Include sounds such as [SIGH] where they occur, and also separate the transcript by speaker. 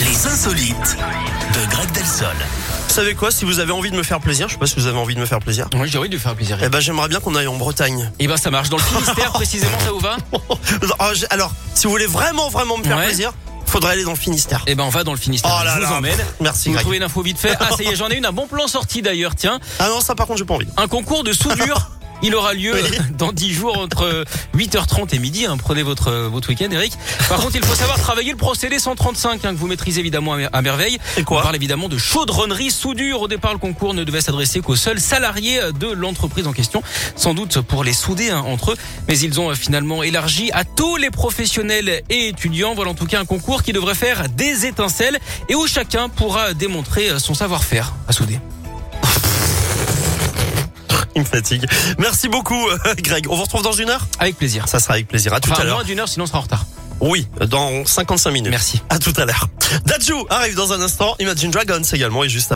Speaker 1: insolites de Greg Delsol.
Speaker 2: Vous savez quoi, si vous avez envie de me faire plaisir, je sais pas si vous avez envie de me faire plaisir.
Speaker 3: Moi, j'ai envie de lui faire plaisir.
Speaker 2: Eh ben, j'aimerais bien qu'on aille en Bretagne. [LAUGHS]
Speaker 3: Et ben, ça marche. Dans le Finistère, précisément, ça vous va
Speaker 2: Ah, j'ai- Alors, si vous voulez vraiment, vraiment me faire
Speaker 3: Ouais.
Speaker 2: plaisir, faudrait aller dans le Finistère.
Speaker 3: Eh ben, on va dans le Finistère.
Speaker 2: Oh là
Speaker 3: je vous
Speaker 2: là.
Speaker 3: emmène.
Speaker 2: Merci,
Speaker 3: Vous
Speaker 2: Greg.
Speaker 3: trouvez une info vite fait. Ah, ça y est, j'en ai une. Un bon plan sorti d'ailleurs. Tiens,
Speaker 2: Ah non, ça par contre, j'ai pas envie. [LAUGHS]
Speaker 3: un concours de soudure. Il aura lieu
Speaker 2: Oui.
Speaker 3: dans 10 jours entre 8h30 et midi. hein. Prenez votre, euh, votre week-end, Eric. Par contre, il faut savoir travailler le procédé 135 hein, que vous maîtrisez évidemment à mer- à merveille.
Speaker 2: Et quoi
Speaker 3: On parle évidemment de chaudronnerie soudure. Au départ, le concours ne devait s'adresser qu'aux seuls salariés euh, de l'entreprise en question, sans doute pour les souder hein, entre eux. Mais ils ont euh, finalement élargi à tous les professionnels et étudiants. Voilà en tout cas un concours qui devrait faire des étincelles et où chacun pourra démontrer euh, son savoir-faire à souder.
Speaker 2: Il me fatigue. Merci beaucoup, euh, [LAUGHS] Greg. On vous retrouve dans une heure
Speaker 3: Avec plaisir.
Speaker 2: Ça sera avec plaisir. À tout
Speaker 3: Enfin,
Speaker 2: à l'heure.
Speaker 3: moins d'une heure, sinon on sera en retard.
Speaker 2: Oui, dans 55 minutes.
Speaker 3: Merci.
Speaker 2: À tout à l'heure. Dajou arrive dans un instant. Imagine Dragons également et juste